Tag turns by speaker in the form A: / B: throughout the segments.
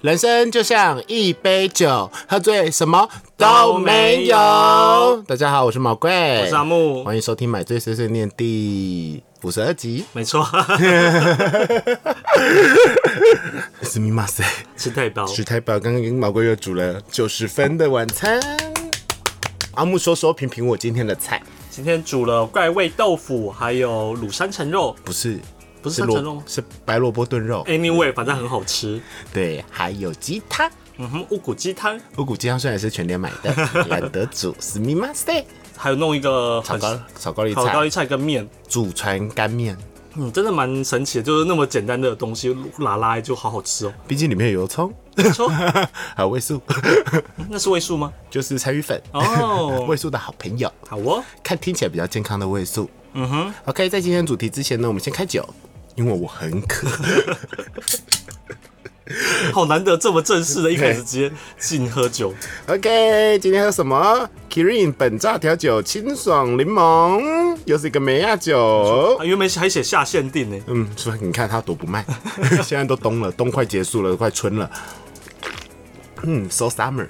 A: 人生就像一杯酒，喝醉什么都没有。大家好，我是毛贵，
B: 我是阿木，
A: 欢迎收听《买醉碎碎念》第五十二集。
B: 没错，
A: 是密码塞，
B: 吃太饱。
A: 许太宝刚刚跟毛贵又煮了九十分的晚餐。阿木说说评评我今天的菜，
B: 今天煮了怪味豆腐，还有卤山城肉，
A: 不是
B: 不是
A: 是
B: 山城
A: 萝
B: 肉。
A: 是白萝卜炖肉，
B: Anyway，反正很好吃。
A: 对，还有鸡汤。
B: 嗯哼，乌骨鸡汤，
A: 我骨鸡汤虽然是全年买 的，懒得煮，是密码塞。
B: 还有弄一个
A: 炒
B: 很
A: 高炒高丽
B: 炒高
A: 菜，
B: 丽菜跟面，
A: 祖传干面，
B: 嗯，真的蛮神奇的，就是那么简单的东西，拉拉就好好吃哦。
A: 毕竟里面有油葱，
B: 没错，
A: 还有味素， 嗯
B: 那是味素吗？
A: 就是柴鱼粉
B: 哦
A: 味素的好朋友，
B: 好哦，
A: 看听起来比较健康的味素。
B: 嗯哼，
A: OK，在今天主题之前呢，我们先开酒，因为我很渴。
B: 好难得这么正式的，一开始直接进喝酒，
A: OK，今天喝什么？Kirin 本榨调酒，清爽柠檬，又是一个梅亚酒
B: 啊，。原本还写下限定呢，
A: 嗯，所以你看它多不 卖，现在都冬了，冬快结束了，快春了。嗯，so summer，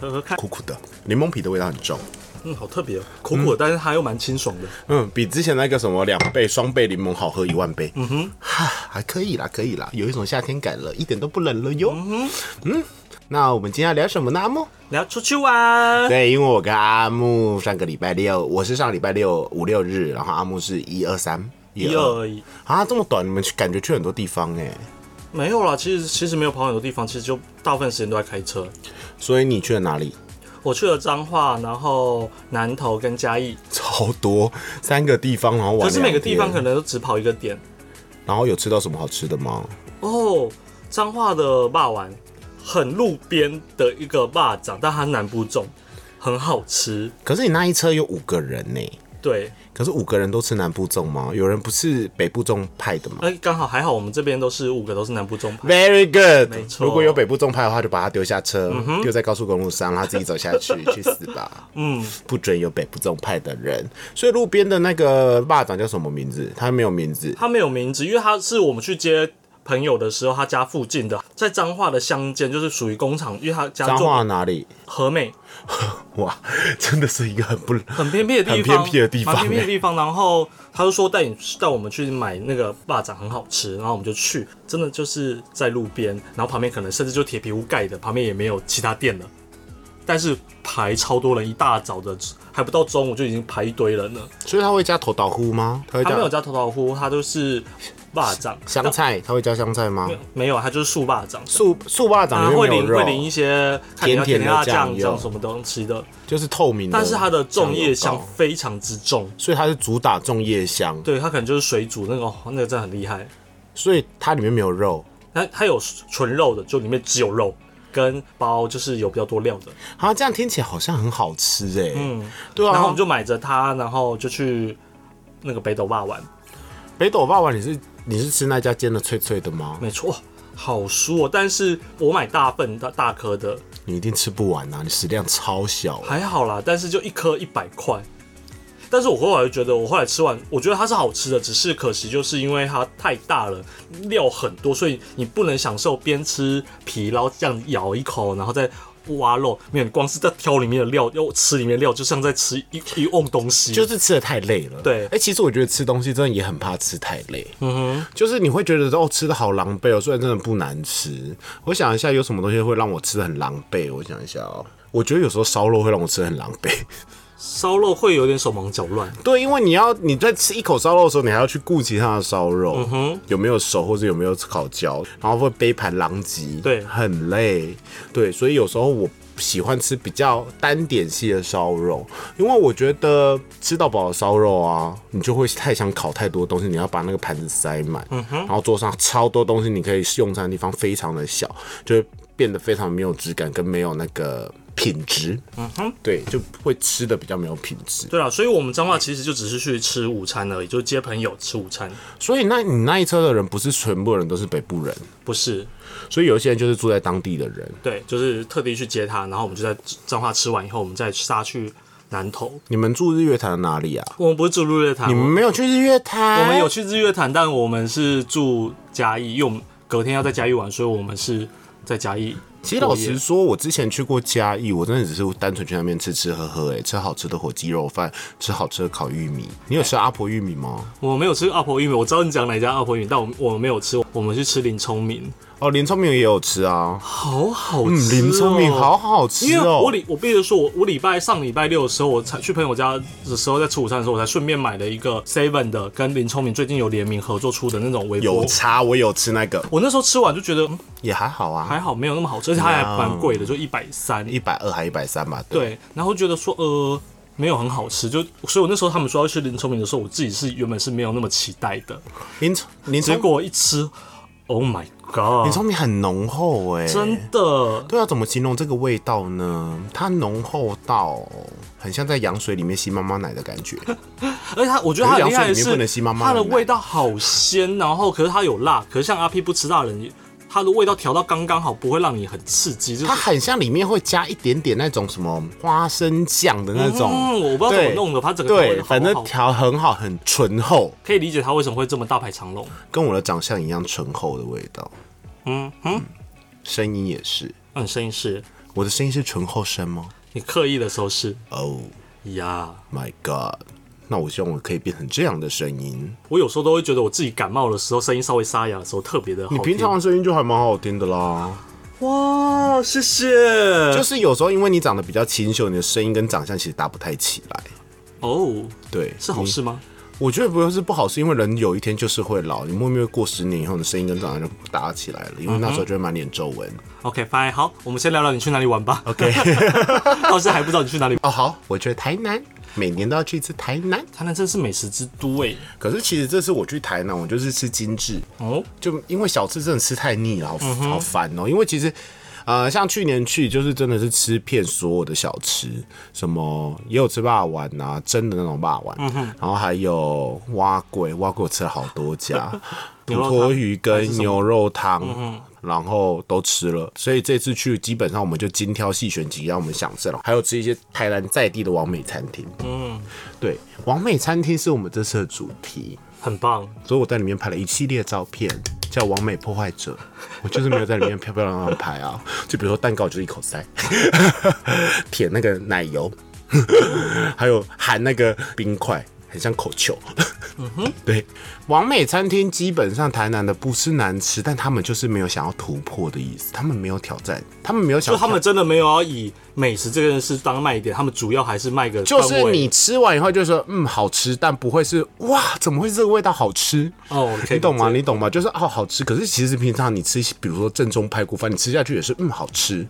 B: 喝喝看，
A: 苦苦的，柠檬皮的味道很重。
B: 嗯，好特别哦，苦苦的，但是它又蛮清爽的。
A: 嗯，比之前那个什么两倍、双倍柠檬好喝一万倍。嗯哼，哈，还可以啦，可以啦，有一种夏天感了，一点都不冷了哟。嗯那我们今天要聊什么呢？阿木？
B: 你要出去 玩，
A: 对，因为我跟阿木上个礼拜六，我是上礼拜六五六日，然后阿木是一二三
B: 一二而已。
A: 啊，这么短，你们去感觉去很多地方哎、
B: 没有啦，其实其实没有跑很多地方，其实就大部分时间都在开车。
A: 所以你去了哪里？
B: 我去了彰化，然后南投跟嘉义，
A: 超多，三个地方，然后玩。
B: 可是每个地方可，能都只跑一个点。
A: 然后有吃到什么好吃的吗？
B: 哦，彰化的霸丸很路边的一个霸掌，但它南部种，很好吃。
A: 可是你那一车有五个人呢、
B: 对，
A: 可是五个人都吃南部粽吗？有人不是北部粽派的吗？
B: 那刚好还好，我们这边都是五个都是南部种派。
A: Very good，
B: 没错
A: 如果有北部中派的话，就把它丢下车，丢在高速公路上，让他自己走下去， 去死吧！
B: 嗯，
A: 不准有北部中派的人。所以路边的那个霸长叫什么名字？他没有名字。
B: 它没有名字，因为它是我们去接。朋友的时候，他家附近的，在彰化的乡间，就是属于工厂，因为他家
A: 彰
B: 做
A: 化哪里？
B: 和美，
A: 哇， 真的是一个很不
B: 很偏僻的地方，
A: 很偏僻的地方欸
B: 蛮偏僻的地方。然后他就说带你带我们去买那个霸掌，很好吃。然后我们就去，真的就是在路边，然后旁边可能甚至就铁皮屋盖的，旁边也没有其他店了。但是排超多人，一大早的还不到中午就已经排一堆人了。
A: 所以他会加头倒呼吗？他会
B: 他没有
A: 加
B: 加头头呼，他就是霸掌
A: 啊香菜？他会加香菜吗？
B: 没有，他就是素霸掌。
A: 素素霸
B: 啊，
A: 掌里
B: 会
A: 面
B: 淋
A: 没有
B: 会淋
A: 肉
B: 一，些看你要
A: 甜
B: 甜
A: 甜的
B: 辣
A: 酱
B: 酱
A: 油
B: 酱什么东西的，
A: 就是透明的。
B: 但是它的粽叶
A: 酱
B: 香
A: 油膏，哦
B: 非常之重，
A: 所以它是主打粽叶香，
B: 对，它可能就是水煮那个，哦那个真的很厉害。
A: 所以它里面没有肉。
B: 它它有纯肉的，就里面只有肉跟包，就是有比较多料的。
A: 啊，这样听起来好像很好吃哎、
B: 嗯，
A: 对啊，
B: 然后我们就买着它，然后就去那个北斗霸玩。
A: 北斗霸王，你是你是吃那家煎的脆脆的吗？
B: 没错，哇好酥哦！但是我买大份大大颗的
A: 你一定吃不完啊，你食量超小。啊
B: 还好啦，但是就一颗一百块。但是我后来觉得，我后来吃完，我觉得它是好吃的，只是可惜就是因为它太大了，料很多，所以你不能享受边吃皮，然后这样咬一口，然后再挖肉。没有，你光是在挑里面的料，要吃里面的料，就像在吃一一瓮东西。
A: 就是吃的太累了，
B: 对
A: 哎、其实我觉得吃东西真的也很怕吃太累，
B: 嗯哼，
A: 就是你会觉得哦，吃的好狼狈哦，虽然真的不难吃。我想一下，有什么东西会让我吃的很狼狈？我想一下哦，我觉得有时候烧肉会让我吃的很狼狈。
B: 烧肉会有点手忙脚乱。
A: 对，因为你要你在吃一口烧肉的时候，你还要去顾及它的烧肉、
B: 嗯
A: 有没有熟，或者有没有烤焦，然后会杯盘狼藉，
B: 对
A: 很累，对，所以有时候我喜欢吃比较单点系的烧肉，因为我觉得吃到饱的烧肉啊，你就会太想烤太多东西，你要把那个盘子塞满，
B: 嗯
A: 然后桌上超多东西，你可以用餐的地方非常的小，就会变得非常没有质感跟没有那个品质，嗯
B: 哼，
A: 对，就会吃的比较没有品质。
B: 对啊，所以我们彰化其实就只是去吃午餐而已，就接朋友吃午餐，
A: 所以那你那一车的人不是全部人都是北部人，
B: 不是
A: 所以有一些人就是住在当地的人。
B: 对，就是特地去接他，然后我们就在彰化吃完以后，我们再杀去南投。
A: 你们住日月潭的哪里啊？
B: 我们不是住日月潭，
A: 你们没有去日月潭？
B: 我们有。去日月潭，但我们是住嘉义，因为我们隔天要在嘉义玩，所以我们是在嘉义。
A: 其实老实说，我之前去过嘉义，我真的只是单纯去那边吃吃喝喝、欸，哎，吃好吃的火鸡肉饭，吃好吃的烤玉米。你有吃阿婆玉米吗？
B: 我没有吃阿婆玉米，我知道你讲哪一家阿婆玉米，但我我没有吃，我们去吃林聪明，
A: 哦，林聪明也有吃啊，
B: 好好吃、哦
A: 嗯，林聪明好。好
B: 因
A: 吃
B: 为
A: 哦。
B: 我礼我必须说，我我礼拜上礼拜六的时候，我才去朋友家的时候，在吃午餐的时候，我才顺便买了一个 Seven 的，跟林聪明最近有联名合作出的那种微波
A: 有。差，我有吃那个，
B: 我那时候吃完就觉得、嗯
A: 也还好啊，
B: 还好，没有那么好吃，而且它还蛮贵的，就一百三。
A: 一百二还一百三吧。对，
B: 对，然后觉得说呃没有很好吃，就所以我那时候他们说要去林聪明的时候，我自己是原本是没有那么期待的，
A: 林林
B: 结
A: 聪
B: 果一吃，Oh my
A: 林
B: god！
A: 聪明很浓厚哎、
B: 真的，
A: 对啊，怎么形容这个味道呢？它浓厚到很像在羊水里面吸妈妈奶的 感觉。
B: 而且它，我觉得它
A: 可是
B: 很
A: 羊
B: 厉害的
A: 水里面不能
B: 是
A: 吸妈妈
B: 它的
A: 的奶
B: 味道好鲜，然后可是它有辣，可是像阿 P 不吃辣的人，它的味道调到刚刚好，不会让你很刺激，就是
A: 它很像里面会加一点点那种什么花生酱的那种，
B: 嗯，我不知道怎么
A: 对
B: 弄的，它整个味
A: 对，
B: 道
A: 反
B: 好
A: 正
B: 好
A: 调很好，很醇厚，
B: 可以理解它为什么会这么大排长龙。
A: 跟我的长相一样醇厚的味道，
B: 嗯嗯，
A: 声音也是。
B: 嗯，声音是
A: 我的声音是醇厚声吗
B: 你刻意的时候是
A: ？Oh
B: 呀。
A: my god！那我希望我可以变成这样的声音。
B: 我有时候都会觉得我自己感冒的时候，声音稍微沙哑的时候特别的好
A: 你
B: 听。
A: 平常的声音就还蛮好听的啦，
B: 哇，谢谢。
A: 就
B: 就是
A: 有时候因为你长得比较清秀，你的声音跟长相其实搭不太起来。
B: 哦，
A: 对，
B: 是好
A: 你
B: 事吗？
A: 我觉得不是不好，是因为人有一天就是会老，你莫名过十年以后，你的声音跟长相就不搭起来了，因为那时候就会满脸皱纹。
B: OK，拜。好，我们先聊聊你去哪里玩吧。
A: OK，
B: 到现在还不知道你去哪里。
A: 哦好，我觉得台南每年都要去一次台南，
B: 台南真是美食之都哎。
A: 可是其实这次我去台南，我就是吃精致，
B: 哦，
A: 就因为小吃真的吃太腻了，好、
B: 嗯
A: 好烦哦、因为其实。呃，像去年去就是真的是吃遍所有的小吃，什么也有吃霸王丸啊，蒸的那种霸王丸，
B: 嗯
A: 然后还有蛙龟，蛙龟我吃了好多家，土
B: 牛肉汤
A: 托鱼跟牛肉
B: 嗯
A: 汤，然后都吃了，所以这次去基本上我们就精挑细选几样我们想吃了，还有吃一些台南在地的完美餐厅，嗯，对，完美餐厅是我们这次的主题，
B: 很棒。
A: 所以我在里面拍了一系列照片，叫《完美破坏者》。 我就是没有在里面漂漂亮亮拍啊， 就比如说蛋糕就是一口塞， 舔那个奶油， 还有含那个冰块，很像口球。 对，完美餐厅基本上台南的不是难吃，但他们就是没有想要突破的意思，他们没有挑战，他们没有想
B: 就
A: 要
B: 他
A: 挑
B: 们真的没有要以美食这件事当卖点，他们主要还是卖个
A: 就是
B: 氛围
A: 你吃完以后就说嗯好吃，但不会是哇怎么会这个味道好吃
B: 哦可以
A: 你懂吗？
B: 理解
A: 你懂吗？就是哦好吃，可是其实平常你吃，比如说正宗排骨饭，你吃下去也是嗯好吃。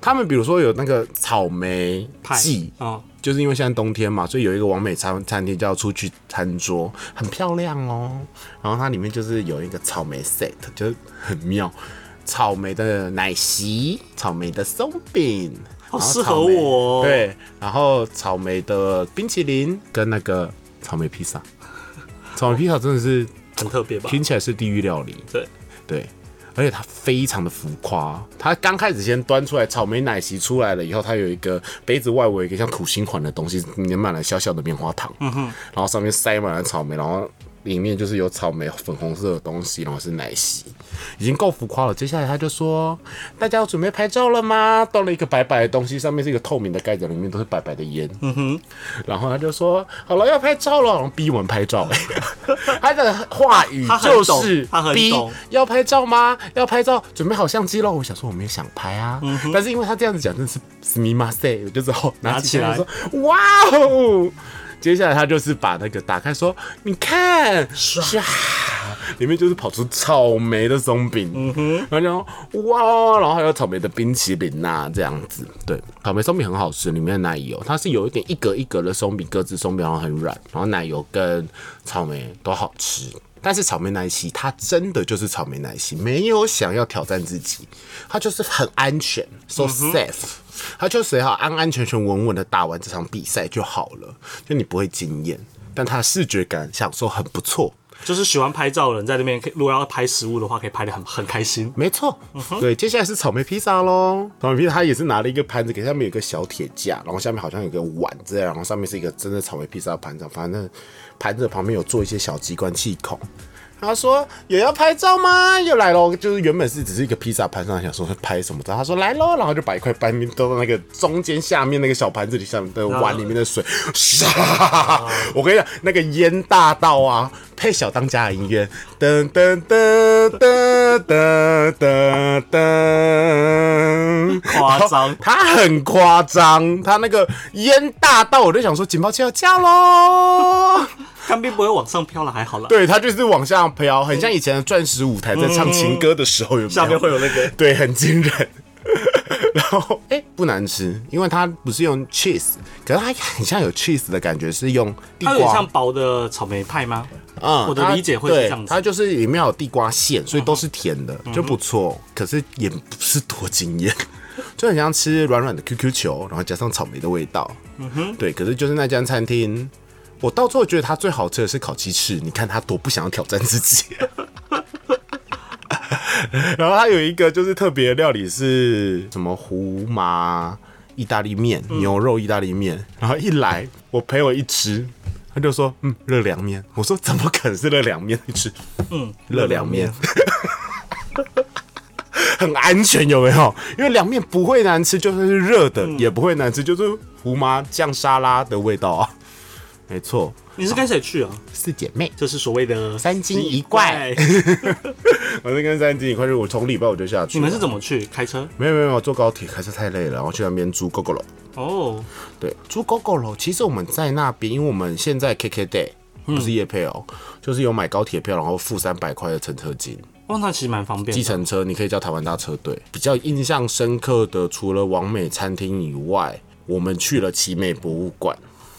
A: 他们比如说有那个草莓
B: 派
A: 季。
B: 啊。
A: 就是因为现在冬天嘛，所以有一个完美餐餐厅叫出去餐桌，很漂亮哦。然后它里面就是有一个草莓 set，就是很妙，草莓的奶昔，草莓的松饼，
B: 好
A: 然后
B: 适合
A: 草莓
B: 我哦
A: 对，然后草莓的冰淇淋跟那个草莓披萨，草莓披萨真的是
B: 很特别吧？
A: 听起来是地狱料理，
B: 对，
A: 对。而且它非常的浮夸，它刚开始先端出来草莓奶昔出来了以后，它有一个杯子外围有一个像土星环的东西，粘满了小小的棉花糖，嗯哼，然后上面塞满了草莓，然后里面就是有草莓粉红色的东西，然后是奶昔，已经够浮夸了。接下来他就说：“大家要准备拍照了吗？”端了一个白白的东西，上面是一个透明的盖子，里面都是白白的烟，嗯哼，然后他就说：“好了，要拍照了。”然后逼我们拍照、欸他的话语
B: 他很
A: 就
B: 懂
A: 是
B: 他很
A: 逼
B: 懂
A: 要拍照吗？要拍照，准备好相机喽。我想说我没有想拍啊，
B: 嗯
A: 但是因为他这样子讲，真的是すみません，我就只好拿起
B: 拿
A: 来
B: 起来
A: 说哇哦。接下来他就是把那个打开说，你看，唰里面就是跑出草莓的松饼，嗯哼，然后就说哇哦，然后还有草莓的冰淇淋呐、这样子。对，草莓松饼很好吃，里面的奶油它是有一点一格一格的松饼，各自松饼然后很软，然后奶油跟草莓都好吃。但是草莓奶昔它真的就是草莓奶昔，没有想要挑战自己，它就是很安全，so safe。它就是好安安全全、稳稳的打完这场比赛就好了，就你不会惊艳，但它的视觉感享受很不错。
B: 就是喜欢拍照的人在那边，可以如果要拍食物的话，可以拍的很很开心。
A: 没错，对，接下来是草莓披萨喽。草莓披萨它也是拿了一个盘子，给下面有一个小铁架，然后下面好像有个碗之类，然后上面是一个真的草莓披萨的盘子，反正盘子旁边有做一些小机关气孔。他说有要拍照吗？又来喽，就是原本是只是一个披萨盘上，想说拍什么照，他说来喽，然后就把一块半面都那个中间下面那个小盘子里下面的碗里面的水，唰、
B: 啊
A: 我跟你讲，那个烟大到啊，配小当家的音乐，噔噔噔噔噔噔噔，
B: 夸张
A: 他很夸张，他那个烟大到我就想说警报器要降喽。
B: 干冰不会往上飘了，还好啦。
A: 对，它就是往下飘，很像以前的钻石舞台在唱情歌的时候有没有？
B: 下面会有那 个
A: 对，很惊人。然后哎、诶不难吃，因为它不是用 cheese，可是它很像有 cheese 的感觉，是用地
B: 它有点
A: 瓜
B: 像。薄的草莓派吗？
A: 嗯
B: 我的理解会是
A: 它
B: 这样
A: 对
B: 子嗯
A: 它就是里面有地瓜馅，所以都是甜的，就不错。可是也不是多惊艳， 就很像吃软软的 QQ 球，然后加上草莓的味道。嗯哼，对。可是就是那间餐厅，我到最后觉得它最好吃的是烤鸡翅。你看他多不想要挑战自己。 然后它有一个就是特别的料理是什么胡麻意大利面、牛肉意大利面，然后一来我朋友一吃，他就说嗯热凉面，我说怎么可能是热凉面？一吃嗯热凉面。 很安全，有没有？因为凉面不会难吃，就算是热的、也不会难吃，就是胡麻酱沙拉的味道啊。没错，
B: 你是跟谁去啊？
A: 四姐妹，
B: 就是所谓的
A: 三金一怪。我是跟三金一块去，我从礼拜我就下去
B: 你
A: 了。
B: 们是怎么去？开车？
A: 没有没有没有，坐高铁开车太累了，然后去那边租 GoGo 楼。
B: 哦，
A: 对，租 GoGo 楼，其实我们在那边，因为我们现在 KK Day
B: 嗯
A: 不是夜配哦、就是有买高铁票，然后付三百块的乘车金。
B: 哇，哦那其实蛮方便
A: 计
B: 的。
A: 程车你可以叫台湾大车队。比较印象深刻的，除了王美餐厅以外，我们去了奇美博物馆。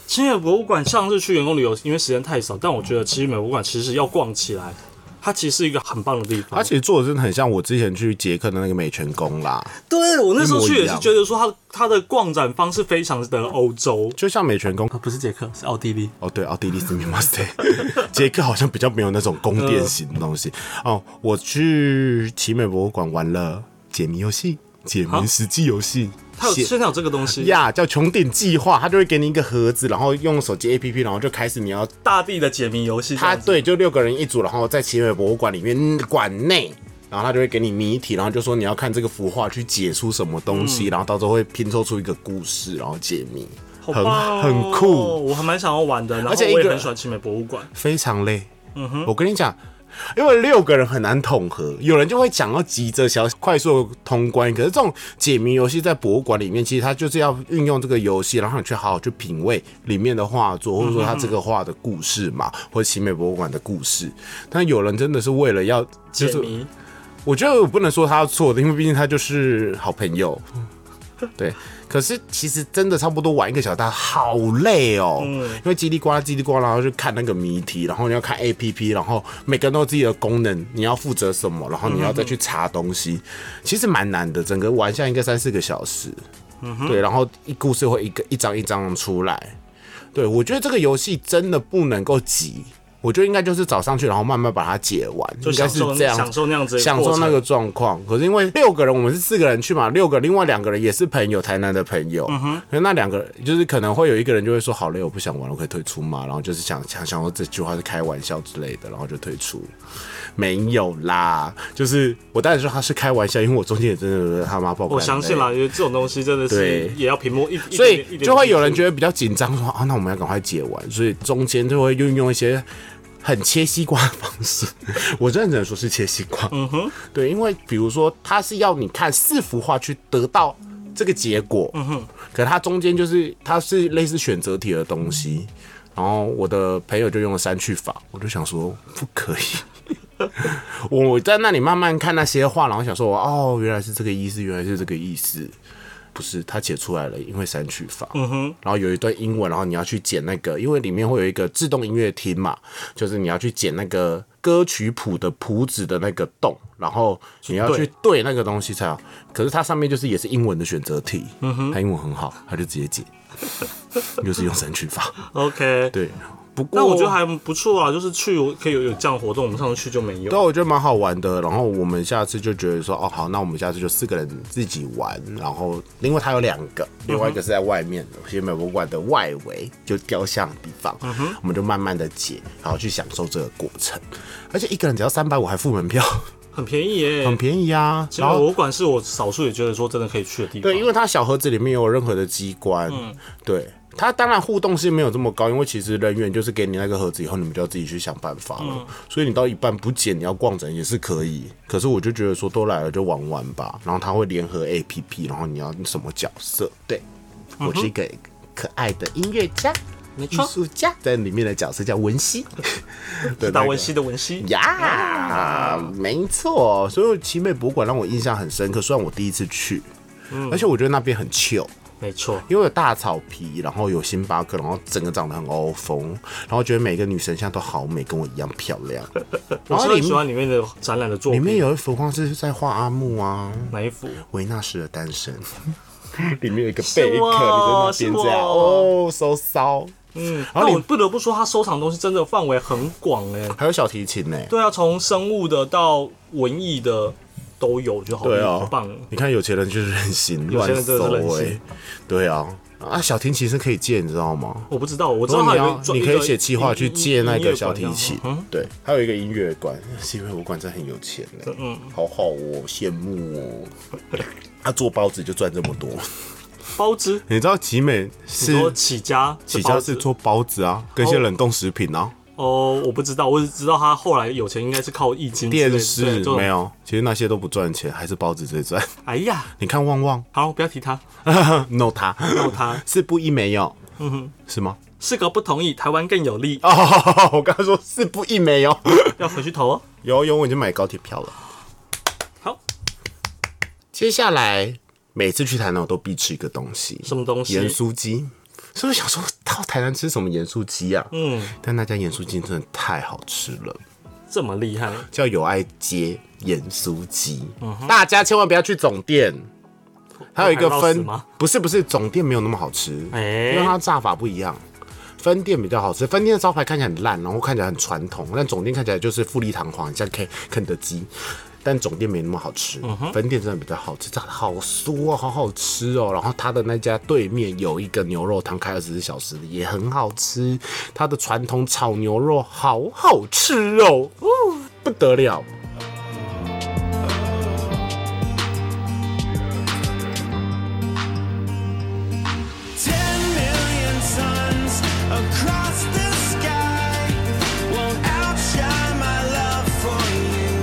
B: 青美博物馆上次去员工旅游，因为时间太少，但我觉得其实美博物馆其实要逛起来，它其实是一个很棒的地方
A: 它。其实做的真的很像我之前去捷克的那个美泉宫啦，
B: 对我那时候去也
A: 一模一
B: 是
A: 样
B: 觉得说它它的逛展方式非常的欧洲，
A: 就像美泉宫
B: 啊不是捷克，是奥地利。
A: 哦，对，奥地利斯密马斯 特，捷克好像比较没有那种宫殿型的东西。哦，我去奇美博物馆玩了解谜游戏、解谜实际游戏，
B: 它啊有
A: 写
B: 现在有这个东西，
A: 呀叫穹顶计划，它就会给你一个盒子，然后用手机 APP，然后就开始你要
B: 大地的解谜游戏这
A: 他
B: 样子。
A: 对，就六个人一组，然后在奇美博物馆里面嗯馆内，然后他就会给你谜题，然后就说你要看这个符画去解出什么东西，
B: 嗯
A: 然后到时候会拼凑出一个故事，然后解谜，
B: 好
A: 很
B: 棒哦
A: 很酷，
B: 我还蛮想要玩的。然后
A: 而且一个
B: 我也很喜欢奇美博物馆。
A: 非常累。我跟你讲。因为六个人很难统合，有人就会讲要急着想要快速通关。可是这种解谜游戏在博物馆里面，其实它就是要运用这个游戏，然后你去好好去品味里面的画作，或者说它这个画的故事嘛，或者奇美博物馆的故事。但有人真的是为了要就
B: 解
A: 是
B: 谜，
A: 我觉得我不能说他错的，因为毕竟他就是好朋友。对，可是其实真的差不多玩一个小时，好累哦、因为叽里呱啦叽里呱啦，然后就看那个谜题，然后你要看 A P P，然后每个人都有自己的功能，你要负责什么，然后你要再去查东西，其实蛮难的。整个玩下应该三四个小时，对，然后一故事会一个一张一张出来。对，我觉得这个游戏真的不能够急，我觉得应该就是找上去，然后慢慢把它解完，
B: 就
A: 应该
B: 享
A: 是
B: 受
A: 这样子
B: 享受那样子的
A: 享
B: 过
A: 受
B: 程
A: 那个状况。可是因为六个人，我们是四个人去嘛，六个另外两个人也是朋友，台南的朋友。
B: 嗯
A: 可是那两个人就是可能会有一个人就会说好累，我不想玩了，我可以退出嘛。然后就是想想想说这句话是开玩笑之类的，然后就退出。没有啦，就是我当然说他是开玩笑，因为我中间也真的觉得他妈爆肝累。
B: 我相信啦，因为这种东西真的是
A: 对
B: 也要屏幕一，一
A: 所以
B: 点点
A: 就会有人
B: 得
A: 觉得比较紧张，说啊，那我们要赶快解完，所以中间就会运用一些很切西瓜的方 式。我认真地说是切西瓜，嗯哼，对，因为比如说它是要你看四幅画去得到这个结果，嗯哼，可它中间就是它是类似选择题的东西，然后我的朋友就用了删去法，我就想说不可以。 我在那里慢慢看那些画，然后想说，哦，原来是这个意思，原来是这个意思，不是他解出来了，因为删去法。嗯哼。然后有一段英文，然后你要去剪那个，因为里面会有一个自动音乐厅嘛，就是你要去剪那个歌曲谱的谱子的那个洞，然后你要去对那个东西才好。可是它上面就是也是英文的选择题， 嗯哼，他英文很好，他就直接解，又是用删去法。
B: OK，
A: 对，不过
B: 但我觉得还不错啊，就是去可以有有这样的活动，我们上次去就没
A: 对
B: 有。
A: 啊，我觉得蛮好玩的。然后我们下次就觉得说，哦，好，那我们下次就四个人自己玩。然后，另外它有两个，另外一个是在外面的，其实美博物馆的外围，就雕像的地方。我们就慢慢的解，然后去享受这个过程。而且一个人只要三百五，还付门票，
B: 很便宜耶、
A: 很便宜啊。
B: 其实
A: 然后
B: 博物馆是哦我少数也觉得说真的可以去的地方。嗯
A: 对，因为它小盒子里面有任何的机关，对。它当然互动性没有这么高，因为其实人员就是给你那个盒子以后，你们就要自己去想办法了。
B: 嗯
A: 所以你到一半不捡，你要逛展也是可以。可是我就觉得说都来了就玩玩吧，然后它会联合 APP，然后你要什么角色？对，我是一个可爱的音乐家、
B: 嗯没
A: 艺
B: 错
A: 术家，在里面的角色叫文熙， 对，
B: 达
A: 那
B: 文
A: 个
B: 西的文西，
A: 呀没错，所以奇美博物馆让我印象很深刻，虽然我第一次去，而且我觉得那边很 chill。
B: 没错，
A: 因为有大草皮，然后有星巴克，然后整个长得很欧风，然后觉得每个女神像都好美， 跟我一样漂亮。然
B: 我
A: 后
B: 是
A: 里
B: 很喜
A: 面
B: 欢里面的展览的作
A: 里
B: 品。
A: 面有一幅画是在画阿木啊，
B: 哪一幅？
A: 维纳斯的诞生， 里面有一个
B: 是
A: 贝壳，你在那
B: 我
A: 边
B: 是
A: 这样，
B: 我
A: 哦，收骚。
B: 嗯，
A: 然
B: 但
A: 后你
B: 我不得不说，他收藏的东西真的范围很广哎、
A: 还有小提琴呢、
B: 对啊，从生物的到文艺的都有，我觉得好厉
A: 对
B: 害
A: 啊，
B: 好棒哦。
A: 你看有钱人就是任性，
B: 有
A: 乱
B: 钱人真的是任性
A: 搜哎、对啊，啊，小提琴是可以借，你知道吗？
B: 我不知道，我知
A: 然
B: 道
A: 后
B: 他
A: 你
B: 有
A: 要
B: 一个
A: 你可以写企划去借那个小提
B: 音
A: 琴
B: 乐馆这样嗯，
A: 对，还有一个音乐馆， 是因为我馆真的很有钱呢，嗯，好好哦，羡慕哦。 他做包子就赚这么多，
B: 包子，
A: 你知道集美
B: 你
A: 是
B: 说起家的
A: 起
B: 包
A: 家
B: 子
A: 是做包子啊，跟一些冷冻食品啊，
B: 哦，我不知道，我只知道他后来有钱应该是靠易经之类的
A: 电视
B: 对这种
A: 没有，其实那些都不赚钱，还是包子最赚。
B: 哎呀，
A: 你看旺 旺
B: 好，不要提他，
A: ，no 他
B: 然后他
A: 是不一没有，是吗？
B: 四个不同意，台湾更有利，
A: 哦，我刚刚说是不一没哦有，
B: 要回去投哦。
A: 有有我已经买高铁票了。
B: 好，
A: 接下来每次去台南我都必吃一个东西，
B: 什么东西
A: 盐酥鸡。所以我想说，到台南吃什么盐酥鸡啊？嗯，但那家盐酥鸡真的太好吃了，
B: 这么厉害，
A: 叫友爱街盐酥鸡。大家千万不要去总店，还有一个
B: 海捞死
A: 分
B: 吗
A: 不是不是总店没有那么好吃，
B: 哎
A: 因为它炸法不一样。分店比较好吃，分店的招牌看起来很烂，然后看起来很传统，但总店看起来就是富丽堂皇，很像肯肯德基。但总店没那么好吃，分店真的比较好吃，炸的好酥哦，好好吃哦。然后它的那家对面有一个牛肉汤，开二十四小时的也很好吃，它的传统炒牛肉好好吃哦，哦不得了。
C: Ten million suns across the sky won't outshine my love for you.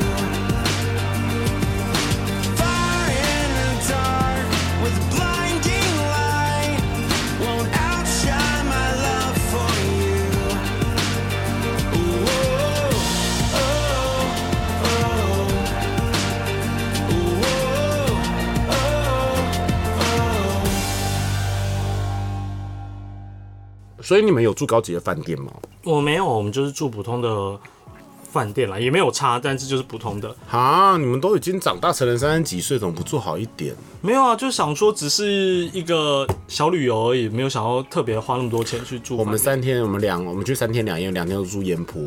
C: Far in the dark with blinding light won't outshine my love for you. Oh, oh, oh.
A: 所以你们有住高级的饭店吗？
B: 我没有，我们就是住普通的饭店啦，也没有差，但是就是普通的。
A: 啊，你们都已经长大成人三十几岁，怎么不做好一点？
B: 没有啊，就想说只是一个小旅游而已，没有想要特别花那么多钱去住
A: 我
B: 饭店。
A: 们三天，我们两，我们去三天两夜，两天都住盐坡，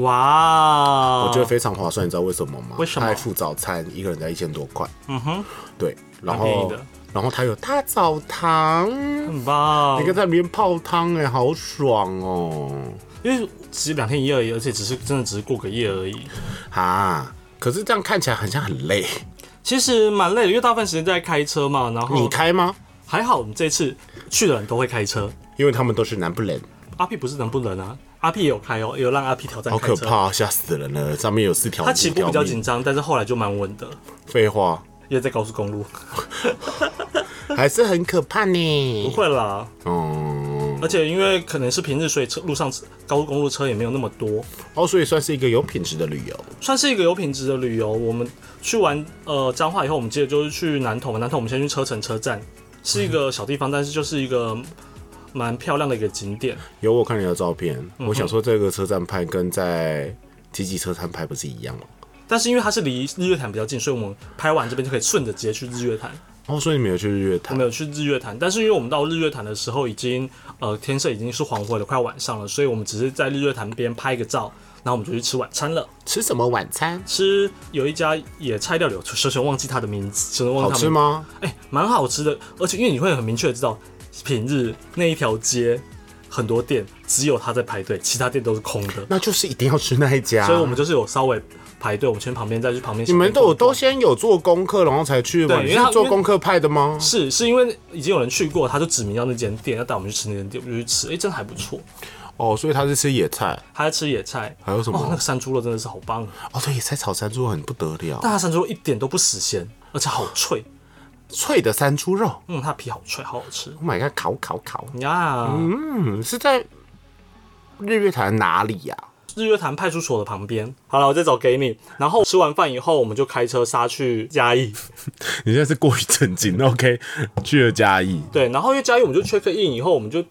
B: 哇，
A: 我觉得非常划算，你知道为什么吗？
B: 哦为什么
A: 他还附早餐，一个人才一千多块。嗯
B: 哼，
A: 对，然
B: 蛮便宜
A: 后
B: 的
A: 然后他有大澡堂，
B: 很棒
A: 你可以，在里面泡汤，哎，好爽哦！
B: 因为其实两天一夜而已，而且只是真的只是过个夜而已，
A: 啊，可是这样看起来很像很累，
B: 其实蛮累的，因为大部分时间在开车嘛，然
A: 你
B: 后
A: 开吗？
B: 还好我们这次去的人都会开车，
A: 因为他们都是南部人，
B: 阿 P 不是能不能啊，阿 P 也有开哦，也有让阿 P 挑战
A: 好
B: 开车，
A: 可怕，吓死人了！上面有四条，
B: 他起步
A: 五
B: 比
A: 条
B: 较
A: 命
B: 紧张，但是后来就蛮稳的，
A: 废话，
B: 因为在高速公路，
A: 还是很可怕
B: 不
A: 呢。
B: 会啦，
A: 嗯，
B: 而且因为可能是平日，所以车路上高速公路车也没有那么多，
A: 哦，所以算是一个有品质的旅游。
B: 算是一个有品质的旅游。我们去完呃彰化以后，我们接着就是去南投嘛，南投我们先去车城车站，是一个小地方，但是就是一个蛮漂亮的一个景点。
A: 有我看你的照片，我想说这个车站拍跟在集集车站拍不是一样吗？
B: 但是因为它是离日月潭比较近，所以我们拍完这边就可以顺着直接去日月潭。
A: 哦，所以你们有去日月
B: 我
A: 潭
B: 们？有去日月潭，但是因为我们到日月潭的时候，已经呃天色已经是黄昏了，快要晚上了，所以我们只是在日月潭边拍个照，然后我们就去吃晚餐了。
A: 吃什么晚餐？吃
B: 吃有一家也拆掉了，熊熊忘记它的名字，熊熊忘
A: 好
B: 记它
A: 吃
B: 的名字？
A: 吗？
B: 哎、蛮好吃的，而且因为你会很明确的知道，平日那一条街很多店只有它在排队，其他店都是空的，
A: 那就是一定要吃那一家。
B: 所以我们就是有稍微排队，我们去旁边再去旁边。
A: 你们都有都先有做功课，然后才去吗？
B: 对
A: 你
B: 因为他
A: 是做功课派的吗？
B: 是是因为已经有人去过，他就指明要那间店，要带我们去吃那间店，我们就去吃，哎、真的还不错。
A: 哦，所以他是吃野菜。
B: 还在吃野菜，
A: 还有什么
B: 哦、那个山猪肉真的是好棒，啊
A: 哦，对，野菜炒山猪肉很不得了，
B: 但它山猪肉一点都不死咸，而且好脆，
A: 脆的山猪肉。
B: 嗯，它皮好脆，好好吃
A: Oh my god，烤烤烤！
B: 呀。
A: 嗯，是在日月潭哪里呀、
B: 日月潭派出所的旁边，好了，我再找给你。然后吃完饭以后，我们就开车杀去嘉义，
A: 你现在是过于震惊。OK，去了嘉义，
B: 对，然后因为嘉义我们就 check in 以后，我们就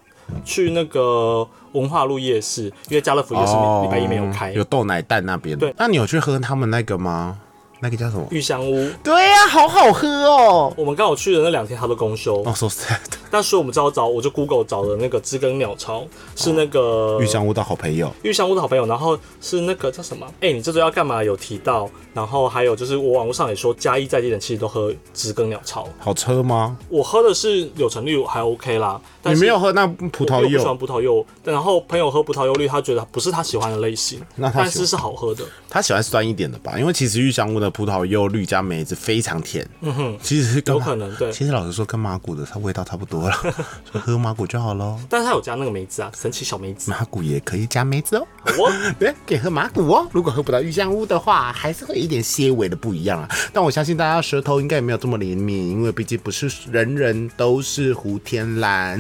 B: 去那个文化路夜市，因为家乐福夜市
A: 哦
B: 礼拜一没有开。
A: 有豆奶蛋那边。
B: 对，
A: 那你有去喝他们那个吗？那个叫 什么？
B: 玉香屋，
A: 对呀、好好喝哦。
B: 我们刚好去的那两天它都公休，
A: 哦、s o sad。
B: 但所以我们只好找，我就 Google 找了那个知更鸟巢，是那个
A: 玉香哦屋的好朋友，
B: 玉香屋的好朋友，然后是那个叫什么？哎、你这周要干嘛？有提到，然后还有就是我网络上也说嘉义在地人其实都喝知更鸟巢，
A: 好车吗？
B: 我喝的是柳橙绿还 OK 啦，但
A: 你
B: 是
A: 没有喝那葡萄
B: 我不喜欢
A: 柚，
B: 葡萄柚，但然后朋友喝葡萄柚绿，他觉得不是他喜欢的类型，
A: 那他喜欢
B: 但是是好喝的，
A: 他喜欢酸一点的吧？因为其实玉香屋的葡萄柚绿加梅子非常甜，嗯哼，其实是跟
B: 有可能对
A: 其实老实说，跟麻古的它味道差不多了， 就喝麻古就好喽。
B: 但是他有加那个梅子啊，神奇小梅子，
A: 麻古也可以加梅子哦，
B: 好哦，
A: 对，可以喝麻古哦。如果喝不到玉香屋的话，还是会有一点些微的不一样啊。但我相信大家舌头应该也没有这么灵敏，因为毕竟不是人人都是胡天蓝。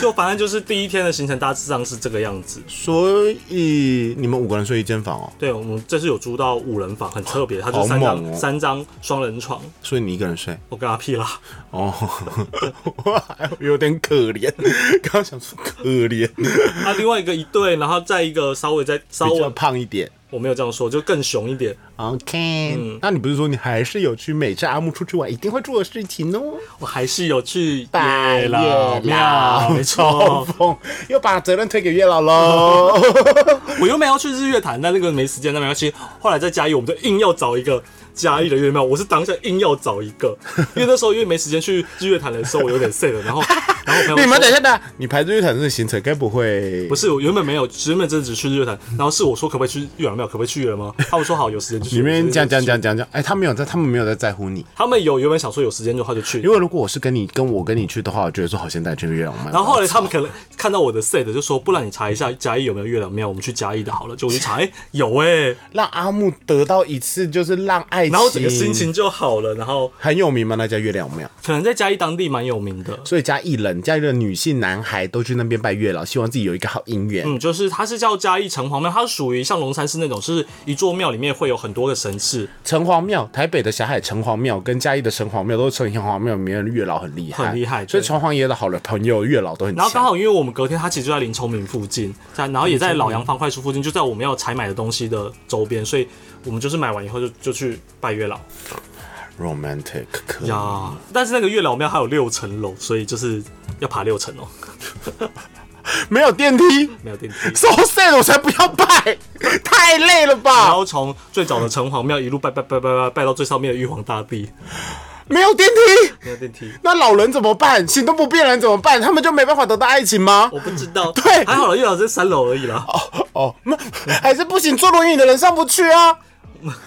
B: 就反正就是第一天的行程大致上是这个样子。
A: 所以你们五个人睡一间房哦，
B: 对，我们这次有租到五人房，很特别，它就三
A: 好猛
B: 张、
A: 哦
B: 三张双人床，
A: 所以你一个人睡。
B: 我跟阿屁啦，
A: 哦，我还有点可怜，刚刚想说可怜，
B: 啊，另外一个一对，然后再一个稍微再稍
A: 比较
B: 微，
A: 胖一点。
B: 我没有这样说，就更熊一点。
A: OK，、那你不是说你还是有去每次阿木出去玩一定会做的事情哦？
B: 我还是有去
A: 拜
B: 月老
A: 月老
B: 庙，没
A: 抽
B: 错，
A: 风，又把责任推给月 老喽。
B: 我又没有去日月潭，但那个没时间，那没关系。后来在嘉义，我们就硬要找一个嘉义的月庙，我是当下硬要找一个，因为那时候因为没时间去日月潭的时候，我有点 sad，然后然后我朋友
A: 你们
B: 说
A: 等一下，等一下，你排日月潭这个行程该不会
B: 不是，我原本没有，原本真的只去日月潭，然后是我说可不可以去月老庙，可不可以去月老庙？他们说好，有时间就去。
A: 里面讲
B: 有
A: 讲
B: 时间就去，
A: 讲讲讲？哎，他没有在，他们没有在在乎你。
B: 他们有原本想说有时间的话就去
A: 因，为如果我是跟你跟我跟你去的话，我觉得说好现在去月老庙。
B: 然后后来他们可能 看到我的 sad，就说不然你查一下嘉义有没有月老庙，我们去嘉义的好了。就我去查，哎、有哎、
A: 让阿木得到一次，就是让爱情，
B: 然后整个心情就好了，然后
A: 很有名吗？那家月亮庙？
B: 可能在嘉义当地蛮有名的。
A: 所以嘉义人、嘉义的女性、男孩都去那边拜月老，希望自己有一个好姻缘。
B: 嗯，就是它是叫嘉义城隍庙，它属于像龙山寺那种，是一座庙里面会有很多个神祇，
A: 城隍庙，台北的霞海城隍庙跟嘉义的城隍庙都是城隍庙里面的月老很厉害，
B: 很厉害对
A: 所以城隍爷的好的朋友月老都很强。
B: 然后刚好因为我们隔天它其实就在林聪明附近，在然后也在老洋房快速附近，就在我们要采买的东西的周边，所以我们就是买完以后就就去拜月老
A: romantic 可以
B: 呀。但是那个月老庙还有六层楼，所以就是要爬六层哦，
A: 没有电梯
B: 没有电梯。
A: ，so sad，我才不要拜，太累了
B: 然
A: 吧？
B: 后从最早的城隍庙一路拜拜拜拜拜拜到最上面的玉皇大帝，
A: 没有电梯，
B: 没有电梯。
A: 那老人怎么办？行动不便的人怎么办？他们就没办法得到爱情吗？
B: 我不知道，
A: 对
B: 还好了，月老在三楼而已啦。
A: 哦，那还是不行，坐轮椅的人上不去啊。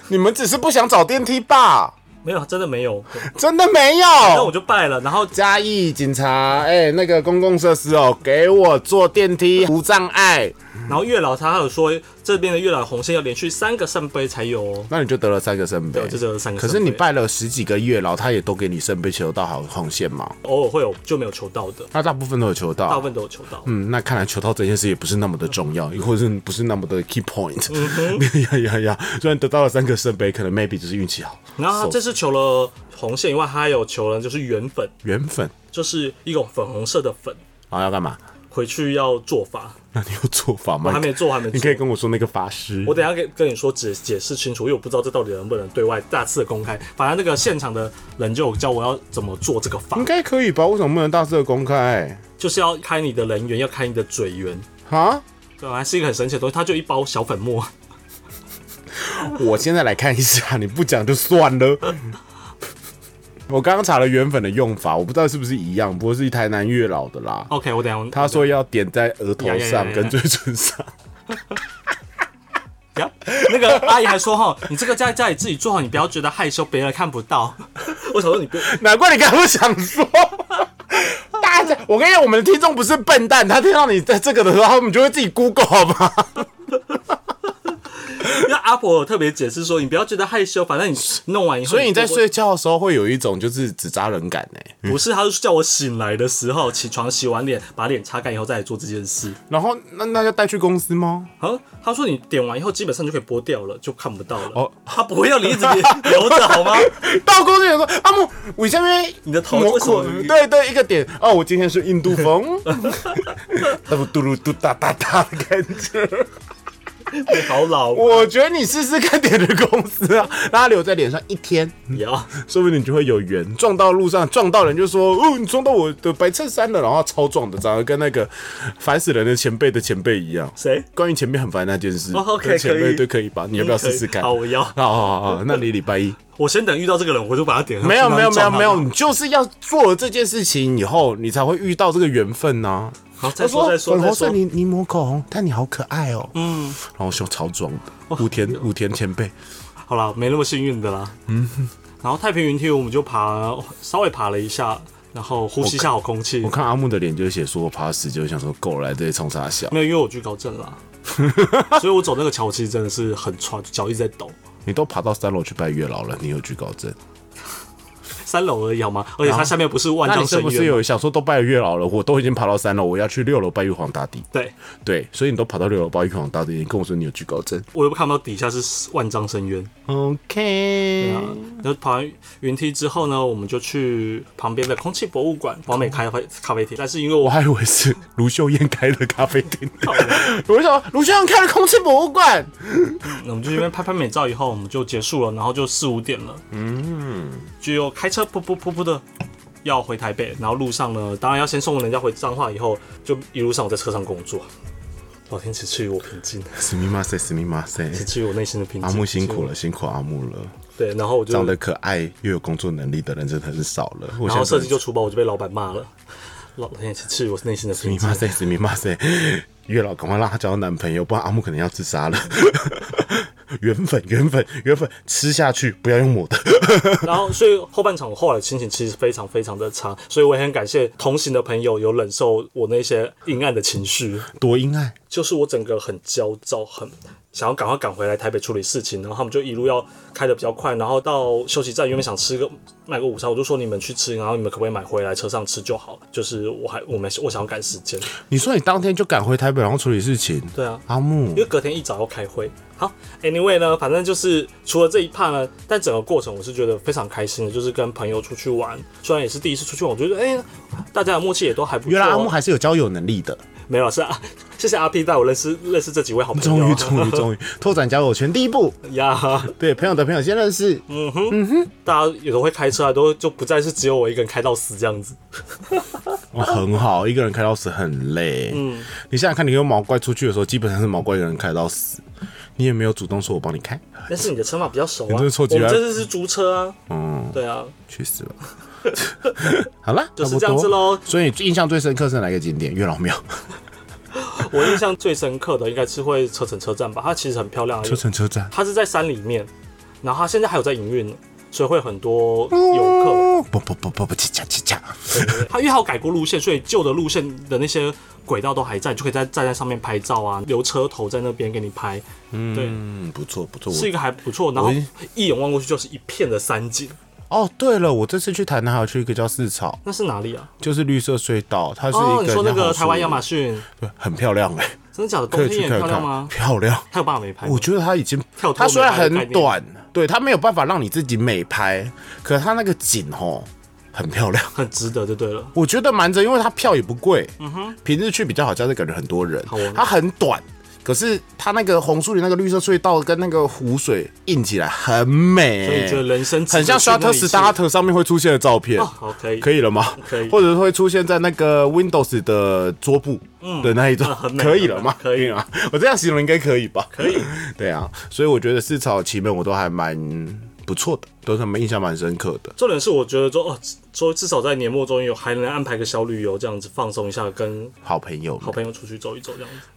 A: 你们只是不想找电梯吧？
B: 没有，真的没有。
A: 真的没有。
B: 那我就拜了，然后
A: 嘉义警察，哎、那个公共设施哦，给我坐电梯无障碍，
B: 然后月老他还有说，这边的月老红线要连续三个圣杯才有哦。
A: 那你就得了三个圣杯，
B: 对就得了三个
A: 可
B: 圣杯
A: 是你拜了十几个月老，他也都给你圣杯求到好红线嘛，
B: 偶尔会有就没有求到的，
A: 那大部分都有求
B: 大
A: 到
B: 部。分都有求到。
A: 嗯，那看来求到这件事也不是那么的重要，或者是不是那么的 key point。呀
B: 嗯
A: 呀呀！虽然得到了三个圣杯，可能 maybe 只是运气好。
B: 然后他
A: So-
B: 这次求了红线以外，他还有求了就是缘粉，
A: 缘分
B: 就是一种粉红色的粉，
A: 啊，要干嘛？
B: 回去要做法，
A: 那你有做法吗？
B: 我还没做，还没做。
A: 你可以跟我说那个法师。
B: 我等一下跟跟你说解解释清楚，因为我不知道这到底能不能对外大肆的公开。反正那个现场的人就有教我要怎么做这个法
A: 应，该可以吧？为什么不能大肆的公开？
B: 就是要开你的人缘，要开你的嘴缘，
A: 哈，
B: 对吧，还是一个很神奇的东西。它就一包小粉 末，
A: 我现在来看一下，你不讲就算了。我刚刚查了原粉的用法，我不知道是不是一样，不过是台南月老的啦。
B: OK，我等一下
A: 他说要点在额头
B: 呀呀呀
A: 上
B: 呀
A: 跟嘴唇上，
B: 呀那个阿姨还说哈，你这个在家里自己做好，你不要觉得害羞，别人看不到。 我想说你不，
A: 难怪你刚刚想说。大家，我跟你讲，我们的听众不是笨蛋，他听到你在这个的时候，他们就会自己 Google 好吗？
B: 那阿婆有特别解释说，你不要觉得害羞，反正你弄完以后，
A: 所以你在睡觉的时候会有一种就是纸扎人感呢、欸
B: 不是，他是叫我醒来的时候起床洗完脸，把脸擦干以后再来做这件事。
A: 然后那那要带去公司吗？
B: 好，他说你点完以后基本上就可以剥掉了，就看不到了。
A: 哦
B: 哦，他不会要你一直留着好 吗？
A: 到公司有说阿木，我下面
B: 你的头
A: 模
B: 为什么
A: 糊，对对，一个点哦，我今天是印度风，那不嘟噜嘟哒哒哒的感觉。
B: 你好老，
A: 我觉得你试试看点的公司啊，让它留在脸上一天，
B: 你啊，
A: 说不定你就会有缘。撞到路上撞到人就说哦，你撞到我的白衬衫了，然后超壮的，长得跟那个烦死人的前辈的前辈一样。
B: 谁？
A: 关于前面很烦那件事
B: 哦，OK，
A: 跟前
B: 可
A: 辈
B: 以
A: 对可以吧？你要不要试试看？
B: 可以好我要
A: 好好好好，那你礼拜一。
B: 我先等遇到这个人，我就把他点上去。
A: 没有没有没有
B: 让他撞他
A: 没有，。你就是要做了这件事情以后，你才会遇到这个缘分呐、
B: 好，再说再说
A: 粉
B: 再
A: 红色
B: 说。
A: 柠柠檬口红，但你好可爱哦、嗯，然后胸超壮的，五天五天前辈，
B: 好啦，没那么幸运的啦。嗯。然后太平云梯我们就爬，稍微爬了一下，然后呼吸一下好空气
A: 我。看阿木的脸就写说我怕死，就想说够了，来这里冲啥小？
B: 没有，因为我惧高症 啦，所以我走那个桥其实真的是很喘，脚一直在抖。
A: 你都爬到三楼去拜月老了，你有惧高症？
B: 三楼而已好吗？而且它下面不是万
A: 那你
B: 丈
A: 是
B: 深
A: 不是
B: 渊吗。
A: 有想说都拜月老了？我都已经爬到三楼，我要去六楼拜玉皇大帝。
B: 对，
A: 对，所以你都爬到六楼拜玉皇大帝，你跟我说你有惧高症
B: 我又看不到底下是万丈深渊。
A: ？OK，、
B: 对啊，然后爬完云梯之后呢，我们就去旁边的空气博物馆完美咖啡咖啡厅。但是因为
A: 我
B: 我
A: 还以为是卢秀燕开的咖啡厅。
B: 靠北
A: 我想卢秀燕开了空气博物馆，
B: 我们就这边拍拍美照以后，我们就结束了，然后就四五点了，嗯，就又开车噗噗噗噗的要回台北，然后路上呢，当然要先送人家回彰化，以后就一路上我在车上工作。老天只赐予我平静，
A: 死密马塞，死密马塞，
B: 只赐予我内心的平静。
A: 阿木辛苦
B: 只赐予
A: 了，辛苦阿木了。
B: 我。对，然后我就
A: 长得可爱又有工作能力的人真的很少了。我
B: 然后设计就
A: 死
B: 出包，我就被老板骂了。老天只赐予我内心的平
A: 密
B: 静
A: 马。塞，死密马塞。月老赶快让她交到男朋友，不然阿木可能要自杀了。 缘分，缘分，缘分，吃下去，不要用抹的。
B: 然后，所以后半场我后来心情其实非常非常的差，所以我也很感谢同行的朋友有忍受我那些阴暗的情绪，
A: 多阴暗，
B: 就是我整个很焦躁，很想要赶快赶回来台北处理事情，然后他们就一路要开的比较快，然后到休息站原本想吃个买个午餐，我就说你们去吃，然后你们可不可以买回来车上吃就好，就是我还我们我想要赶时间，
A: 你说你当天就赶回台北，然后处理事情。
B: 对啊，
A: 阿木
B: 因为隔天一早要开会。好，anyway 呢，反正就是除了这一 part 呢，但整个过程我是觉得非常开心的，就是跟朋友出去玩，虽然也是第一次出去玩，我觉得哎、大家的默契也都还不错。
A: 原来阿木还是有交友能力的。
B: 没有是啊， 谢谢阿 P 带我认识认识这几位好朋友。
A: 终于，终于，终于拓展交友圈第一步，
B: 呀，
A: 对朋友的朋友先认识。
B: 大家有时候会开车啊，都就不再是只有我一个人开到死这样子。
A: 哇，很好，一个人开到死很累。嗯，你想想看，你跟毛怪出去的时候，基本上是毛怪一个人开到死，你也没有主动说我帮你开，
B: 但是你的车嘛比较熟啊，
A: 你这是臭
B: 我
A: 鸡
B: 们
A: 巴
B: 这次是租车啊，
A: 嗯，
B: 对啊，
A: 去死吧。好了，
B: 就是
A: 差不多
B: 这样子咯
A: 所以你印象最深刻是哪个景点？月老庙、
B: 我印象最深刻的应该是会车城车站吧，它其实很漂亮啊，
A: 车城车站。
B: 它是在山里面，然后它现在还有在营运，所以会很多游 客。
A: 哦，不不不不不，恰恰恰恰。
B: 它因为它有改过路线，所以旧的路线的那些轨道都还在，你就可以在站在上面拍照啊，留车头在那边给你拍，
A: 嗯，不错不错。
B: 是一
A: 我
B: 个还不错。然后一眼望过去就是一片的山景，
A: 哦，对了，我这次去台南还有去一个叫四草，
B: 那是哪里啊？
A: 就是绿色隧道，它是一个、
B: 哦，你说那个台湾亚马
A: 逊，
B: 逊，
A: 对，很漂亮哎、
B: 真的假的？
A: 可
B: 冬
A: 以
B: 天
A: 去
B: 也很
A: 看看。
B: 漂亮吗？
A: 漂亮。
B: 还有办法没拍吗？
A: 我觉得它已经
B: 跳，脱
A: 它虽然
B: 美拍的概念
A: 很短，对，它没有办法让你自己美拍，可它那个景吼，很漂亮。
B: 很值得就对了。
A: 我觉得蛮着，因为它票也不贵，平日去比较好加，就感觉很多人
B: 嗯好玩，
A: 它很短。可是它那个红树林那个绿色隧道跟那个湖水映起来很美、
B: 所以觉得人生值得
A: 很像
B: 去那一
A: Shutter
B: 次
A: Starter 上面会出现的照片。
B: 哦，好，可以，
A: 可以了吗？
B: 可以
A: 或者会出现在那个 Windows 的桌布的那一种，
B: 嗯 很美
A: 可以了吗？
B: 很美可以
A: 啊， 我这样形容应该可以吧？
B: 可以。
A: 对啊，所以我觉得四草奇门我都还蛮不错的，都是蛮印象蛮深刻的。
B: 重点是我觉得说哦，说至少在年末终于有还能安排个小旅游，这样子放松一下，跟
A: 好朋友们，
B: 好朋友出去走一走这样子。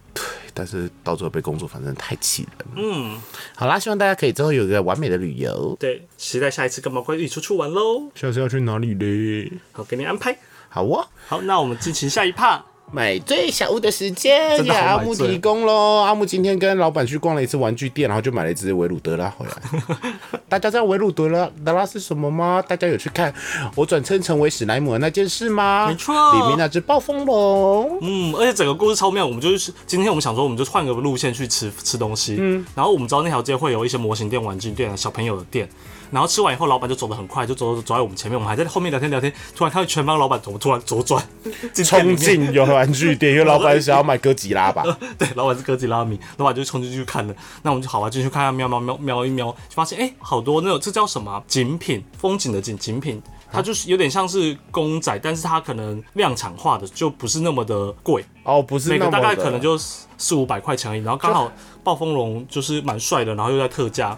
A: 但是到最后被工作反正太气人。嗯，好啦，希望大家可以之后有一个完美的旅游。
B: 对，期待下一次跟毛怪一起出去玩喽。
A: 下次要去哪里嘞？
B: 好，给你安排。
A: 好哦，
B: 好，那我们进行下一趴。
A: 买醉小屋的时间
B: 真的
A: 给
B: 好
A: 阿
B: 买
A: 木
B: 醉
A: 提供喽。阿木今天跟老板去逛了一次玩具店，然后就买了一只维鲁德拉回来。 大家知道维鲁德拉德拉是什么吗？大家有去看我转身成为史莱姆的那件事吗？
B: 没错
A: 里面那只暴 风龙。
B: 嗯，而且整个故事超妙。我们就是今天我们想说，我们就换个路线去吃吃东西。嗯，然后我们知道那条街会有一些模型店、玩具店、小朋友的店。然后吃完以后，老板就走得很快，就走走走在我们前面。我们还在后面聊天聊天，突然看到全班老板怎么突然左转 进店里
A: 冲
B: 面
A: 进有玩具店，因为老板想要买哥吉拉吧？
B: 对，老板是哥吉拉米，老板就冲进去看了。那我们就好吧，进去看看，瞄瞄瞄瞄一瞄，就发现哎、诶好多那种这叫什么啊、景品？风景的景景品，
A: 啊
B: 它就是有点像是公仔，但是它可能量产化的，就不是那么的贵，
A: 哦，不是
B: 每
A: 那
B: 个
A: 么
B: 大概
A: 的
B: 可能就四四五百块钱而已。然后刚好暴风龙就是蛮帅的，然后又在特价，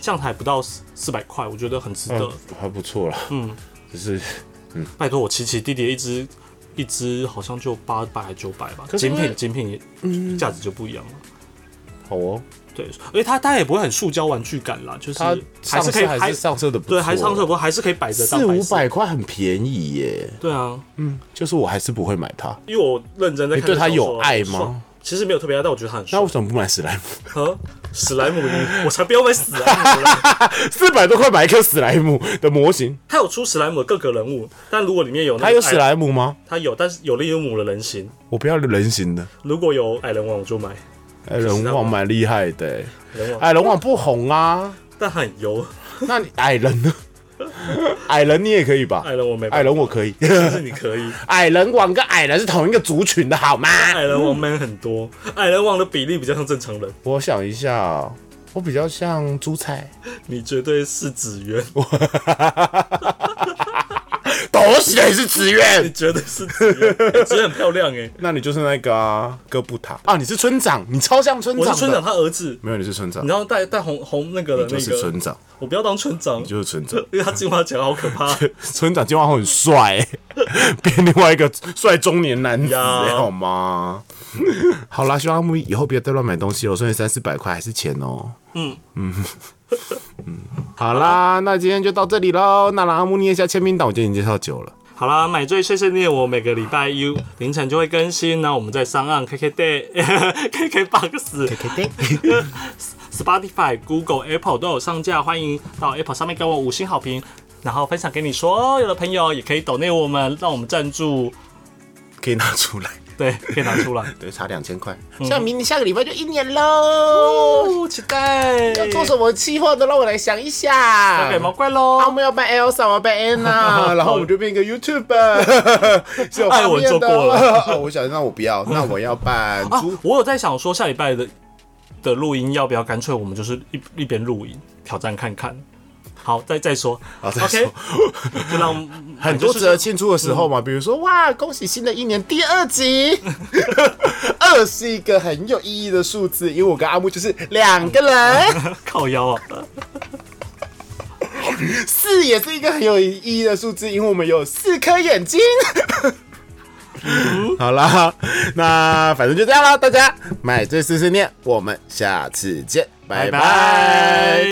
B: 这样才不到四四百块，我觉得很值得。
A: 嗯还不错了。嗯，只是
B: 拜托我琪琪弟弟一只。一只好像就八百还九百吧，
A: 可是
B: 精
A: 因为嗯
B: 品精品也价值就不一样了。
A: 好哦。
B: 对，而且它它也不会很塑胶玩具感啦，就是
A: 它
B: 还
A: 上
B: 是可以
A: 色还是上色的不错，啊
B: 对，还是上色不过还是可以摆着当
A: 四
B: 摆
A: 五
B: 设
A: 百块很便宜耶，
B: 对啊，
A: 就是我还是不会买它。
B: 因为我认真在
A: 你
B: 看
A: 对
B: 的
A: 它
B: 时候
A: 有
B: 说
A: 爱吗
B: 爽其实没有特别爱，但我觉得它很
A: 那
B: 帅
A: 为。什么不买史莱姆？
B: 和史莱姆一，我才不要啊买史莱姆 啦！
A: 四百多块买一颗史莱姆的模型，
B: 它有出史莱姆的各个人物，但如果里面有那个
A: 它有史
B: 矮，
A: 莱姆吗？
B: 它有，但是有利有姆的人形。
A: 我不要人形的，
B: 如果有矮人王，我就买
A: 哎，人网蛮厉害的欸，
B: 人王，
A: 矮人网不红啊，
B: 但它很油。
A: 那你矮人 呢？矮人你也可以吧
B: 矮？人我没买，
A: 矮人我可以，
B: 但是你可以。
A: 矮人网跟矮人是同一个族群的好吗？
B: 矮人王 man 很多，矮人王的比例比较像正常人，
A: 我想一下哦，我比较像猪菜，
B: 你绝对是紫源。
A: 都是也是紫 苑
B: 你，觉得是紫 苑？紫苑很漂亮哎、
A: 那你就是那个啊哥布塔啊，你是村长，你超像村
B: 我
A: 长，
B: 是村长，，他儿子。
A: 没有你是村长
B: 你知，道带带红红那个的
A: 就
B: 那
A: 是
B: 个，
A: 村长，
B: 我不要当村长，
A: 就是村长。
B: 因为他进化起来好可怕
A: 村长金话后很帅、 欸，变另外一个帅中年男子、欸，
B: 呀
A: 好吗？ 好啦，希望阿木以后不要再乱买东西了，所以三四百块还是钱哦、嗯嗯 嗯，好啦，那今天就到这里喽。那让阿木念一下签名档，我觉得已经介绍久了。
B: 好啦，买醉碎碎念，我每个礼拜一凌晨就会更新，那我们在上岸 KK Day、KK Box、Spotify、Google、Apple 都有上架，欢迎到 Apple 上面给我五星好评，然后分享给你所有的朋友，也可以抖内我们，让我们赞助，
A: 可以拿出来，。
B: 对，可以拿出来
A: 对，差两千块，像明年下个礼拜就一年喽。
B: 哦，期待
A: 要做什么计划都让我来想一下。
B: 给毛怪
A: 啊我
B: 喽，
A: 们要扮 Elsa，我要扮 Anna，然后我 们就变一个 YouTuber，是有画
B: 艾文
A: 面
B: 做
A: 的
B: 过了
A: 哦我想那我不要，那我要扮
B: 啊
A: 猪。，
B: 我有在想说下礼拜的的录音要不要干脆我们就是一一边录音挑战看看。好，再再说。
A: 好再说
B: OK，就 让
A: 很多值得庆祝的时候嘛，比如说哇，恭喜新的一年第二集， 二是一个很有意义的数字，因为我跟阿木就是两个人，
B: 靠腰啊。
A: 四也是一个很有意义的数字，因为我们有四颗眼睛。 好啦，那反正就这样啦，大家买醉碎碎念，我们下次见，拜
B: 拜
A: 拜
B: 拜